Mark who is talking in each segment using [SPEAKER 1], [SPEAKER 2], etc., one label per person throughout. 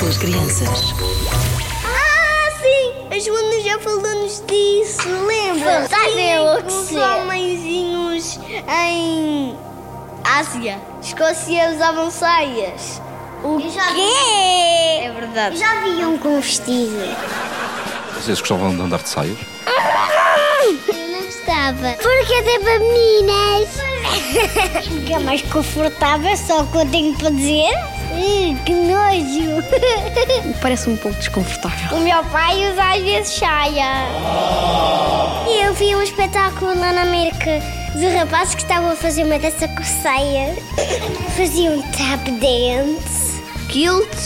[SPEAKER 1] é
[SPEAKER 2] crianças.
[SPEAKER 3] Ah, sim! A Joana já falou-nos disso, lembra?
[SPEAKER 1] Sabem o que
[SPEAKER 3] Os
[SPEAKER 1] ser.
[SPEAKER 3] homenzinhos em Ásia. Escócia usavam saias. O quê? É verdade.
[SPEAKER 1] Já viam com vestido?
[SPEAKER 4] Vocês gostavam de andar de saias?
[SPEAKER 1] Eu não gostava. Porque até para meninas. Fica mais confortável, só o que eu tenho para dizer. Ih, Que nojo!
[SPEAKER 2] Parece um pouco desconfortável.
[SPEAKER 1] O meu pai usa às vezes saia. Eu vi um espetáculo lá na América de rapazes que estavam a fazer uma dança com saia. Faziam um tap dance. Guilt.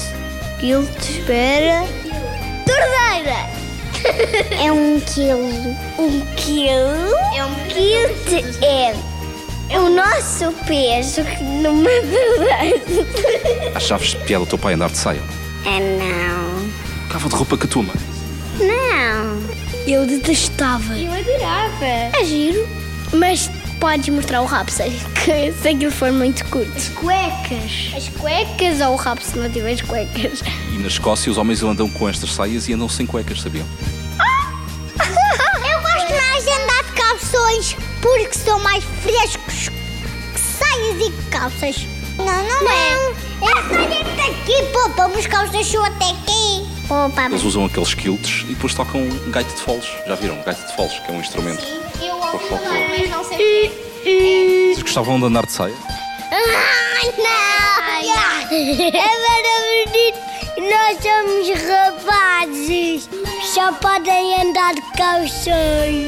[SPEAKER 1] Guilt, espera. Torneira. É um quilo. Um quilo? É um quilt. É o nosso peso numa balança.
[SPEAKER 4] Achavas piada o teu pai andar de saia?
[SPEAKER 1] É não.
[SPEAKER 4] Cava de roupa que tu, mãe.
[SPEAKER 1] Não.
[SPEAKER 3] Eu detestava.
[SPEAKER 1] Eu adorava.
[SPEAKER 3] É giro, mas podes mostrar o rabo se, que- se aquilo for muito curto. As cuecas. As cuecas ou o rabo se não tiveres cuecas.
[SPEAKER 4] E na Escócia os homens andam com estas saias e andam sem cuecas, sabiam?
[SPEAKER 1] Eu gosto mais de andar de calções porque são mais frescos que saias e calças. Não, não, não. Eu só tá dentro daqui, poupamos calças só até aqui. Poupa,
[SPEAKER 4] Eles usam aqueles quilts e depois tocam um gaita de foles. Já viram? Gaita de foles, que é um instrumento.
[SPEAKER 1] eu
[SPEAKER 4] ouvi falar,
[SPEAKER 1] mas não sei. é.
[SPEAKER 4] Vocês gostavam de andar de saia?
[SPEAKER 1] Ai, não! É maravilhoso! Nós somos rapazes! Só podem andar de calções!